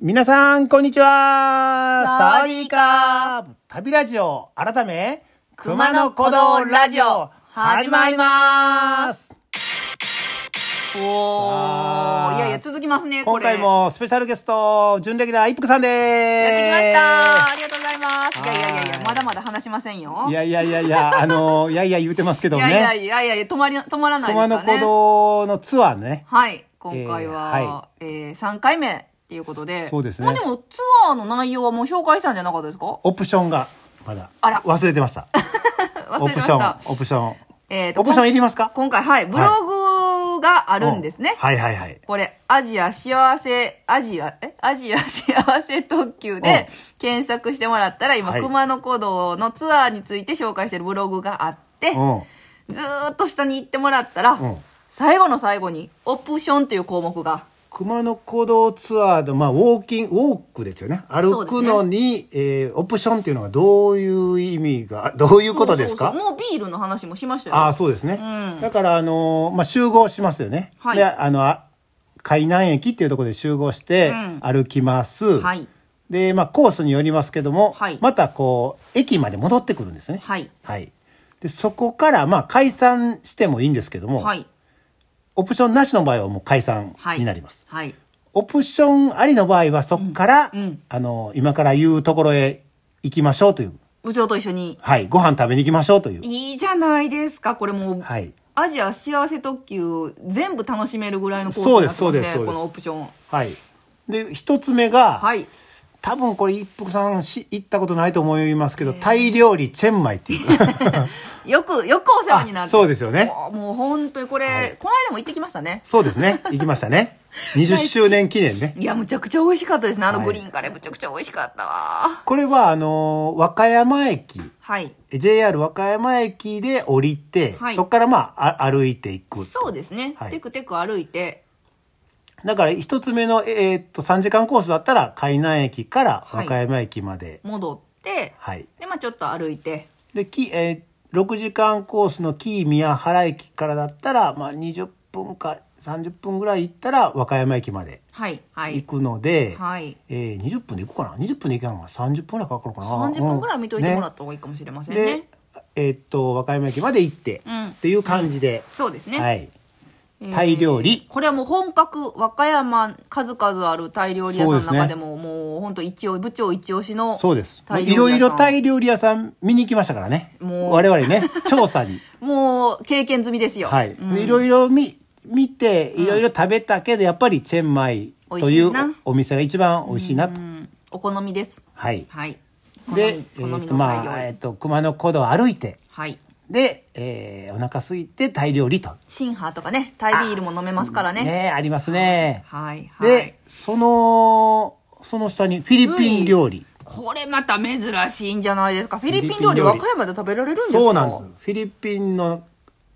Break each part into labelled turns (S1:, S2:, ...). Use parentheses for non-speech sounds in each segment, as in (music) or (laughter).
S1: 皆さん、こんにちは
S2: サワディーカ
S1: ー旅ラジオ、改め、
S2: 熊野古道ラジオ始まり
S1: ます
S2: お
S1: さあ
S2: ーいやいや続きますねこ
S1: 今
S2: れ
S1: 回もスペシャルゲスト、準レギュラー、一服さんで
S2: やってきまし
S1: す
S2: たありがとうございますいやいやいやい
S1: は
S2: や
S1: い
S2: まだまだ話しませんよ
S1: いやいやいやい
S2: (laughs)
S1: や、あの、いやいや言うてますけど
S2: い
S1: も
S2: やいや
S1: ね、
S2: いやいやいや止まり止まらないです
S1: 熊
S2: か
S1: 野
S2: ら
S1: 古
S2: ね
S1: 道のツアーね、
S2: はい今回はえー3回目っていうことで
S1: そうですね
S2: まあでもツアーの内容はもう紹介したんじゃなかったですか
S1: オプションが、まだ、
S2: あら
S1: 忘れてました。
S2: 忘
S1: オ
S2: れ
S1: プ
S2: て
S1: シ
S2: まし
S1: ョン
S2: た、
S1: オプション。
S2: えーと
S1: オプションいりますか
S2: 今回はいブログがあ
S1: あ
S2: るんですね
S1: はいはいはい。
S2: これ、アジア幸せ、アジア、えアジア (laughs) 幸せ特急で検索してもらったら、今、
S1: はい
S2: 熊野古道のツアーについて紹介してるブログがあって、
S1: うん。
S2: ずーっと下に行ってもらったら、
S1: ん
S2: 最後の最後に、オプションという項目が、
S1: 熊野古道ツアーの、まあ、ウォーキング、ウォークですよね。歩くのに、えーオプションっていうのがどういう意味が、あどういうことですか
S2: そうそうそうもうビールの話もしましたよ。
S1: ああ、そうですね。だから、あのーまあ、集合しますよね。
S2: はい
S1: で、あの、あ海南駅っていうところで集合して
S2: うん
S1: 歩きます。
S2: はい
S1: で、まあ、コースによりますけども、
S2: はい
S1: またこう、駅まで戻ってくるんですね。
S2: はい
S1: で、そこから、まあ、解散してもいいんですけども、
S2: はい。
S1: オプションなしの場合はもう解散
S2: はい。
S1: になります。
S2: はい。
S1: オプションありの場合はそこから、あの、今から言うところへ行きましょうという。
S2: 部長と一緒に、
S1: はい。ご飯食べに行きましょうという。
S2: いいじゃないですか、これもう、
S1: はい。
S2: アジア幸せ特急全部楽しめるぐらいのコース
S1: そう
S2: に
S1: で
S2: な
S1: す
S2: ってます
S1: そうですそうで
S2: ね、こ
S1: す
S2: のオプション。
S1: はい。で、一つ目が、
S2: はい。
S1: 多分これ一服さんし行ったことないと思いますけど、タイ料理チェンマイって
S2: (laughs)
S1: いう。
S2: よく、よくお世話になっ
S1: あ
S2: て。
S1: そうですよね。
S2: もうもう本当にこれ、
S1: はい
S2: この間も行ってきましたね。
S1: そうですね。行きました
S2: (laughs)
S1: ね。20周年記念ね。
S2: いや、むちゃくちゃ美味しかったですね。あの
S1: はい
S2: グリーンカレー、むちゃくちゃ美味しかったわ。
S1: これは、あの、和歌山駅。
S2: はい。
S1: JR 和歌山駅で降りて、
S2: はい
S1: そこからまああ歩いていく。
S2: そうですね。
S1: はい
S2: テクテク歩いて。
S1: だから一つ目の、えーっと3時間コースだったら海南駅から
S2: は
S1: 和
S2: い
S1: 歌山駅まで、
S2: 戻って、
S1: はい
S2: で、まあちょっと歩いて。
S1: でき、えー6時間コースの紀伊宮原駅からだったら、まあ、20分か30分ぐらい行ったら和歌山駅まで
S2: はい。は
S1: 行
S2: い。
S1: くので、
S2: はい。
S1: えー20分で行くかな20分で行かんかな30分ぐらいかかるかな
S2: 30分ぐらい見といてもら
S1: っ
S2: った方がいいかもしれませ
S1: て
S2: ん
S1: ね
S2: ね。
S1: でえーっと和歌山駅まで行って、
S2: うん
S1: っていう感じで、
S2: そうですね。
S1: はい
S2: えー
S1: タイ料理
S2: これはもう本格、和歌山、数々あるタイ料理屋さんの
S1: そうですね
S2: 中でも、もう本当一応、部長一押しの。
S1: そうです
S2: タイ料
S1: い
S2: 理
S1: ろ
S2: 屋さん
S1: いろタイ料理屋さん見に行きましたからね
S2: もう
S1: 我々
S2: (laughs)
S1: ね調査に
S2: もう経験済みですよ。
S1: はい。いろいろ見、見て、いろいろ食べたけど、やっぱりチェンマイとい
S2: 美味し
S1: う
S2: いな
S1: お店が一番美味しいなと。
S2: うんお好みです。
S1: はい。
S2: はい。
S1: で、え
S2: 好み好み
S1: ーと、
S2: のタイ
S1: ま
S2: 料理
S1: あ、えっと、熊野古道を歩いて、
S2: はい。
S1: で、えーお腹空いてタイ料理と。
S2: シンハーとかね、タイビールも飲めますからね。
S1: ねありますね。
S2: はい、はい。
S1: で、その、その下にフィリピン料理。
S2: これまた珍しいんじゃないですか。フィリピン
S1: フィ
S2: 料
S1: リピン料理
S2: 理、和歌山で食べられるんですか
S1: そうなんですよ。フィリピンの、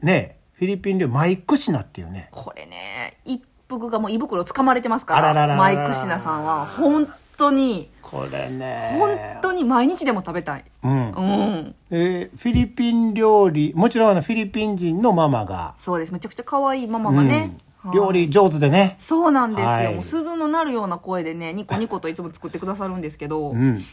S1: ね、フィリピン料理、マイクシナっていうね。
S2: これね、一服がもう胃袋をつかまれてますから、
S1: あららららら
S2: マイクシナさんは、本当に、
S1: これね。
S2: 本当に毎日でも食べたい。
S1: うん。
S2: うん。
S1: えーフィリピン料理、もちろんあのフィリピン人のママが、
S2: そうです。めちゃくちゃ可愛いママがね。
S1: うん
S2: はい
S1: 料理上手でね、
S2: そうなんですよ、
S1: はい
S2: もう鈴の鳴るような声でねニコニコといつも作ってくださるんですけど、
S1: うん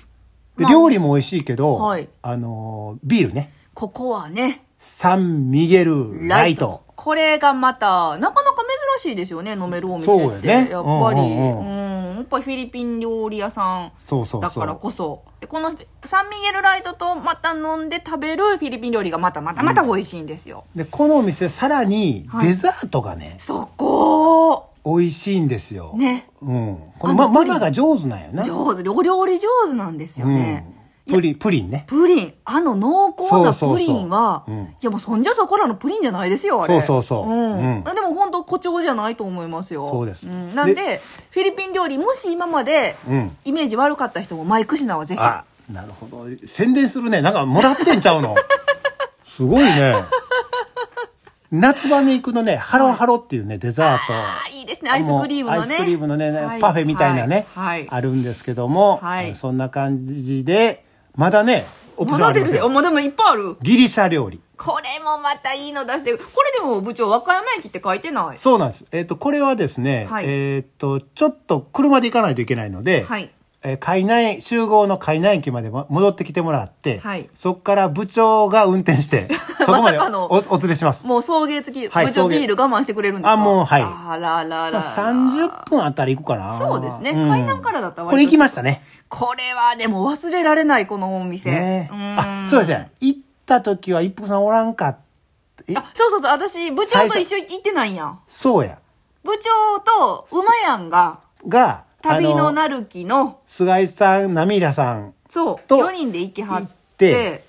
S1: で
S2: まあ
S1: 料理も美味しいけど、
S2: はい
S1: あのービールね
S2: ここはね
S1: サンミゲルライト
S2: これがまたなかなか珍しいですよね飲めるお店
S1: そう
S2: っ
S1: よ
S2: て、
S1: ね
S2: やっぱり、
S1: う
S2: うんん
S1: うん
S2: やっぱりフィリピン料理屋さん
S1: そうそうそう
S2: だからこそでこのサンミゲルライトとまた飲んで食べるフィリピン料理がまたまたまた美味しいんですよ、
S1: でこのお店さらに
S2: はい
S1: デザートがね、
S2: そこ
S1: 美味しいんですよ、
S2: ね
S1: うん、この
S2: あの
S1: ま
S2: プ
S1: マ
S2: リン
S1: マが上手なんよな
S2: 上手お料理上手なんですよ
S1: うん
S2: ね、
S1: プリンプリンね
S2: プリンあの濃厚なプリンは
S1: そうそうそううん
S2: いやもうそんじゃそこらのプリンじゃないですよあ
S1: そう
S2: れ
S1: そうそう
S2: うん
S1: うん
S2: でも本当誇張じゃないと思いますよ
S1: そうです
S2: んなんで
S1: で
S2: フィリピン料理もし今まで
S1: うん
S2: イメージ悪かった人もマイクシナはぜひ
S1: あなるほど宣伝するねなんかもらってんちゃうのすごいね夏場に行くのねハロハロっていうねデザート
S2: あいいですねアイスクリームのね
S1: アイスクリームのね、
S2: はい
S1: パフェみたいなね、
S2: はいはい
S1: あるんですけども、
S2: はい
S1: そんな感じで、まだね、オプ
S2: ま
S1: ションあり
S2: だ出
S1: ま
S2: て
S1: す
S2: る
S1: よ。
S2: まだでもいっぱいある
S1: ギリシャ料理。
S2: これもまたいいの出してるこれでも部長和歌山駅って書いてない
S1: そうなんです。えっ、と、これはですね、
S2: はい
S1: えっ、と、ちょっと車で行かないといけないので、
S2: はい
S1: えー海南、集合の海南駅までも戻ってきてもらって、
S2: はい
S1: そこから部長が運転
S2: (laughs)
S1: して、そこまで
S2: まさかの
S1: おお連れします。
S2: もう送迎付き、
S1: はい
S2: 部長
S1: 送迎
S2: ビール我慢してくれるんですか
S1: あもうはい
S2: あららら
S1: ま
S2: ら。
S1: あ、30分あたり行くかな。
S2: そうですね。
S1: ん
S2: 海南からだったら。
S1: これ行きましたたね。
S2: これはでも忘れられない、このお店。
S1: ね
S2: うーん
S1: あ、そうですね。行った時は一服さんおらんかっえ
S2: あ、そうそうそう。私、部長と一緒に行ってないやん。
S1: そうや。
S2: 部長と、馬やんが、
S1: が、
S2: 旅の
S1: あ
S2: なるきの、
S1: 菅井さん、ナミラさ
S2: (laughs)
S1: ん、
S2: そう、
S1: と
S2: 4人で行きはっ
S1: 行って
S2: て、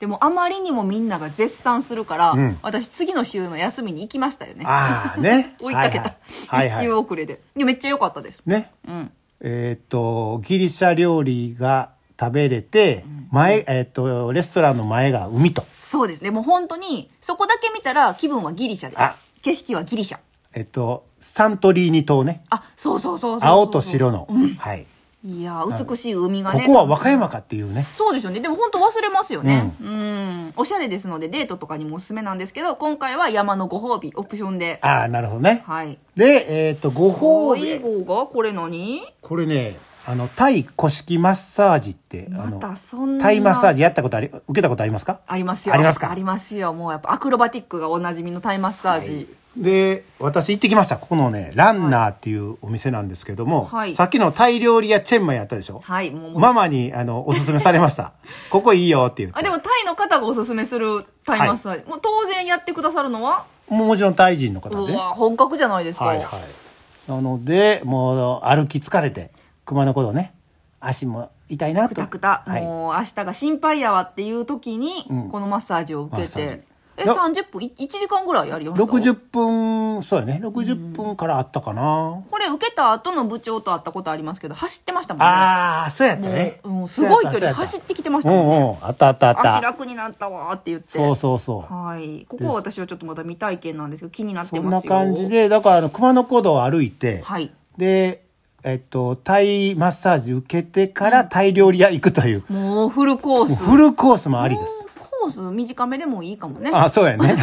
S2: でもあまりにもみんなが絶賛するから、
S1: うん
S2: 私次の週の休みに行きましたよね。。
S1: ああ、ね
S2: 追いかけた。
S1: はいは
S2: 一
S1: い。はい
S2: 周
S1: はい
S2: 遅れで。いや、めっちゃ良かったです。
S1: ね。
S2: うん。
S1: えーっと、ギリシャ料理が食べれて、前、えーっと、レストランの前が海と。
S2: そうですね。もう本当に、そこだけ見たら気分はギリシャです
S1: あ。
S2: 景色はギリシャ。
S1: えーっと、サントリーニ島ね。
S2: あ、そうそうそうそうそう
S1: 青と白の。はい。
S2: いやー、美しい海が
S1: こ
S2: ね。
S1: こは和歌山かっていうね。
S2: そうですよね。でも本当忘れますよね。うん。おしゃれですので、デートとかにもおすすめなんですけど、今回は山のご褒美、オプションで。
S1: ああ、なるほどね。
S2: はい。
S1: で、えーっと、ご
S2: お
S1: 褒
S2: い
S1: 美。
S2: 号がこれ何
S1: これね、あの、タイ古式マッサージって、あの
S2: またそん、な
S1: タイマッサージやったことあり、受けたことありますか
S2: ありますよ。
S1: ありますか
S2: ありますよ。もうやっぱアクロバティックがおなじみのタイマッサージ。
S1: で私行ってきましたここのねランナーっていうお店なんですけども、
S2: はい
S1: さっきのタイ料理屋チェンマイやったでしょ、
S2: はい、もうもう
S1: ママにあのおすすめされました
S2: (laughs)
S1: ここいいよって言って
S2: あ、でもタイの方がおすすめするタイマッサージ。もう当然やってくださるのは、
S1: もうもちろんタイ人の方
S2: う
S1: でね
S2: わ本格じゃないですか。
S1: はいはいなのでもう歩き疲れて熊のことね足も痛いなと
S2: くたくた、
S1: はい、
S2: もう明日が心配やわっていう時に、このマッサージを受け
S1: マッサー
S2: て
S1: ジ、
S2: え、
S1: な
S2: 30分、い1時間ぐらいやりました
S1: 60分そうやね60分からあったかな、
S2: これ受けた後の部長と会ったことありますけど、走ってましたもんね。
S1: ああそうやったね
S2: もう、うんすごい距離走
S1: っ
S2: ってきてました
S1: う
S2: もん
S1: ん
S2: ね。
S1: うんあったあったあっ
S2: 足
S1: た
S2: 楽になったわーって言って。
S1: そうそうそう
S2: はい。ここは私はちょっとまだ未体験なんですけど、気になっ
S1: そ
S2: てますよ。
S1: んな感じ。で、だからあの、熊野古道を歩いて、
S2: はい。
S1: で、えっと、タイマッサージ受けてからタイ料理屋行くという、
S2: もうフルコ
S1: も
S2: ー
S1: う
S2: ス。
S1: フルコースもありです。
S2: もうコース短めでもいいかもね。
S1: あ、そうや
S2: (laughs)
S1: ね。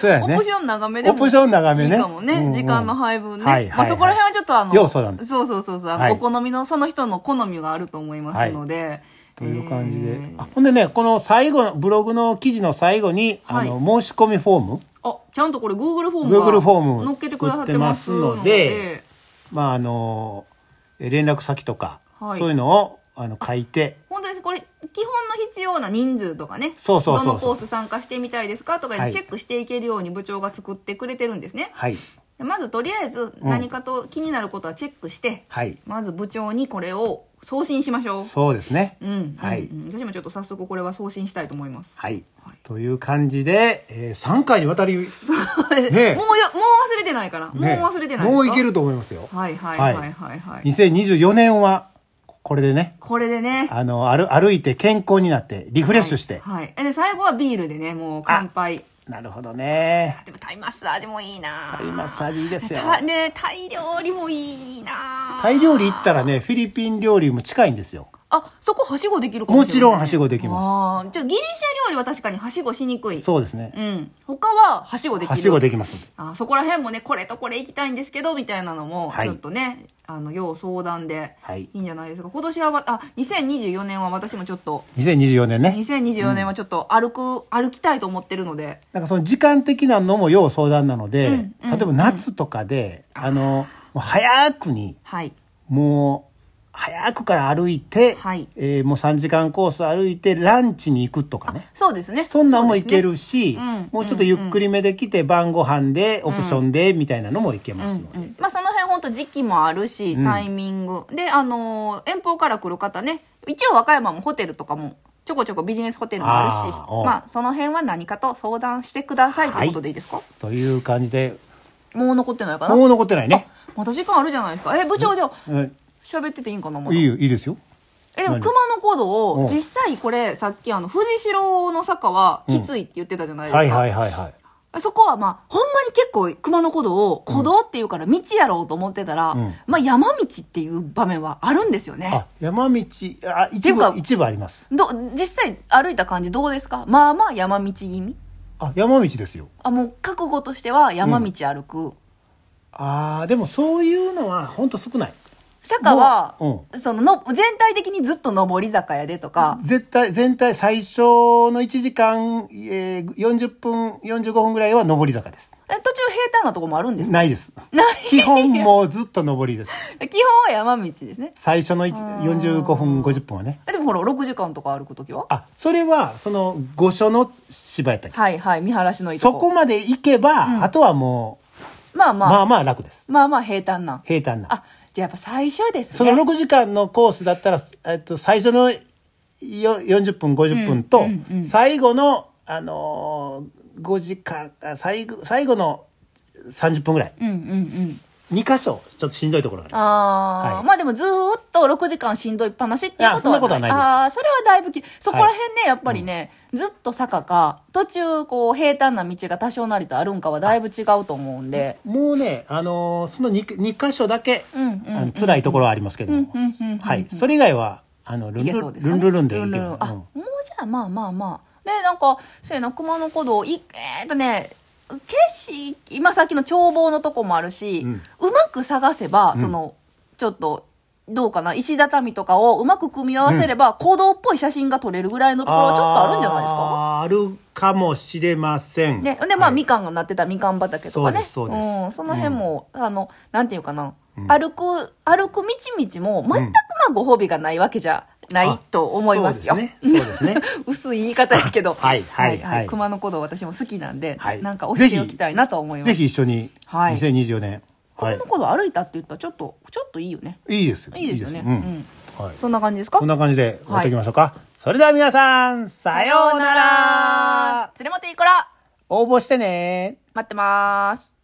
S1: そうや
S2: オ
S1: ね
S2: プ。ション長めでも
S1: オプション長めね
S2: いいかもね、
S1: うんうん
S2: 時間の配分ね、
S1: はいはいはい
S2: まあ、そこら辺はちょっとあの
S1: 要素なんで
S2: そうそうそうそうあの、
S1: はい
S2: お好みのその人の好みがあると思いますので、
S1: という感じ
S2: え
S1: で
S2: ー。
S1: あほんでね、この最後の、ブログの記事の最後に、
S2: はい
S1: あの、申し込みフォーム、
S2: あちゃんとこれ Google フォームが
S1: Google フォーム
S2: 載っけてくださってます
S1: 作
S2: ので
S1: ってまあ、あの、え連絡先とか、
S2: はい
S1: そういうのを、あの、書いて、
S2: 本当にこれ基本の必要な人数とかね
S1: そうそうそうそう
S2: どのコース参加してみたいですかとか
S1: は
S2: に
S1: い
S2: チェックしていけるように部長が作ってくれてるんですね、
S1: はい。
S2: まずとりあえず何かと気になることはチェックして、
S1: はい。
S2: まず部長にこれを送信しましょう
S1: そうですね。
S2: うん、
S1: はい
S2: うんうん私もちょっと早速これは送信したいと思います。
S1: はい
S2: はい。
S1: という感じで、え3回にわたり、
S2: (laughs) もう
S1: ねえ
S2: やもう忘れてないから、
S1: ね
S2: もう忘れてないですか。
S1: もういける。と思いますよ。
S2: はいはいはいはいはい。
S1: 2024年は、これでね、
S2: これでね。
S1: あの、歩歩いて健康になって、リフレッシュして。
S2: はい。はいえで最後はビールでね、もう乾杯。
S1: なるほどね。
S2: でもタイマッサージもいいな。
S1: タイマッサージいいですよ。
S2: たねタイ料理もいいな。
S1: タイ料理行ったらね、フィリピン料理も近いんですよ。
S2: あそこはしごできるかもしれない、
S1: もちろんはしごできます
S2: す。じゃあギリシャ料理は確かにはしごしにくい。う。
S1: そうですね。
S2: ん。他ははしごできる。
S1: はしごできますんで。
S2: あそこら辺もねこれとこれ行きたいんですけどみたいなのも
S1: はい
S2: ちょっとね、あの要相談で
S1: はい
S2: いいんじゃないですか、今年はわあ2024年は私もちょっと
S1: 2024年ね。
S2: 2024年はちょっと歩く、歩きたいと思ってるので
S1: なんかその時間的なのも要相談なので、
S2: うんうん
S1: 例えば夏とかで、あの、もう早くに、
S2: はい
S1: もう、早くから歩いて、
S2: はい
S1: えーもう3時間コース歩いて、ランチに行くとかね。
S2: そうですね
S1: そんなんもい
S2: そうですね
S1: けるし、
S2: そうですねうん
S1: もうちょっとゆっくりめで来て、晩ご飯で、オプションで、みたいなのもいけますので。
S2: まあその辺本当時期もあるし
S1: ん
S2: タイミング、であのー遠方から来る方ね一応和歌山もホテルとかもちょこちょこビジネスホテルもあるし
S1: あーおう
S2: まあその辺は何かと相談してくださいということでいいですか、
S1: という感じで、
S2: もう残ってないかな
S1: もう残ってないね。
S2: また時間あるじゃないですかえ部長じゃあ
S1: うん
S2: 喋ってていいんかなまだ
S1: いいよ、いいですよ。
S2: えでも
S1: 何
S2: 熊野古道
S1: うん
S2: を実際これさっきあの藤代の坂はきついって言ってたじゃないですか、
S1: はいはいはいはい。
S2: そこはまあほんまに結構熊野古道を古道っていうから道やろうと思ってたら、
S1: うん
S2: まあ山道っていう場面はあるんですよね
S1: あ、山道、あ、
S2: てい
S1: 一
S2: うか
S1: 部、一部あります。
S2: ど実際歩いた感じどうですかまあまあ山道気味
S1: あ、山道ですよ。
S2: あもう覚悟としては山道歩く、
S1: ああ、でもそういうのは本当少ない。
S2: 坂は、
S1: もう
S2: そのの全体的にずっと上り坂やでとか、
S1: 絶対、全体最初の1時間、えー、40分、45分ぐらいは上り坂です。
S2: え途中平坦なとこもあるんですか
S1: ないです。
S2: (laughs) ない
S1: 基本もうずっと上りです。
S2: 基本は山道ですね
S1: 最初の1 45分、50分はね。
S2: えでもほら6時間とか歩くときは
S1: あ、それは、その、御所の芝やったっけ
S2: はいはい見晴らしのいいと
S1: そ
S2: こ
S1: こまで行けば、あとはも
S2: まあま
S1: う、
S2: あ、
S1: まあまあ楽です。
S2: まあまあ平坦な
S1: 平坦な。
S2: あじゃあやっぱ最初です
S1: そ
S2: ね
S1: の6時間のコースだったら、えっと、最初のよ40分、50分と、最後の、あのー、5時間、あ最後、最後の30分ぐらい。
S2: うんうんうん
S1: 2箇所、ちょっとしんどいところがある。
S2: あー、
S1: はい
S2: まあでもずーっと6時間しんどいっぱなしっていうこと
S1: いやそん
S2: は
S1: なことはないです
S2: ああーそれはだいぶきそこら辺ね、やっぱりね、ずっと坂か途中こう平坦な道が多少なりとあるんかはだいぶ違うと思うんで、
S1: もうね、あのーその 2, 二箇所だけ、
S2: うんうんうん
S1: あの辛いところはありますけども、
S2: うんうんうんうん
S1: はい。それ以外は、あの、ル
S2: い
S1: ン
S2: け
S1: ル
S2: そ
S1: ル
S2: うですか
S1: ン
S2: ね
S1: ルルンでいけ
S2: ル
S1: る。
S2: ンルンあ、
S1: うん
S2: もうじゃあまあまあまあ。で、なんか、そうやな、熊野古道、い、えーっとね、景色、今さっきの眺望のとこもあるし、
S1: うん
S2: うまく探せば、その、ちょっと、どうかな、石畳とかをうまく組み合わせれば、古道っぽい写真が撮れるぐらいのところはちょっとあるんじゃないですか
S1: あーあるかもしれません。
S2: ね、で、まあ、
S1: はい
S2: みかんがなってたみかん畑とか
S1: そう
S2: ね。
S1: ですそうです
S2: ん、その辺も、あの、なんていうかな、歩く、歩く道々も、全くまあ、ご褒美がないわけじゃないと思いますよ。
S1: そうですね。そうですね。
S2: (laughs) 薄い言い方やけど。
S1: (laughs) はいはいはい
S2: 熊野古道私も好きなんで、
S1: はい
S2: なんか教えておきたいなと思います。
S1: ぜひ一緒に、
S2: はい
S1: 2024年。は
S2: 熊
S1: い
S2: 野。古道歩いたって言ったらちょっと、ちょっといいよね。
S1: いいですよ。
S2: いいですよね。
S1: うん
S2: うん
S1: はい。
S2: そんな感じですか
S1: こんな感じで終わっていきましょうか。それでは皆さん、さようなら
S2: 連れもていいから
S1: 応募してね
S2: 待ってます。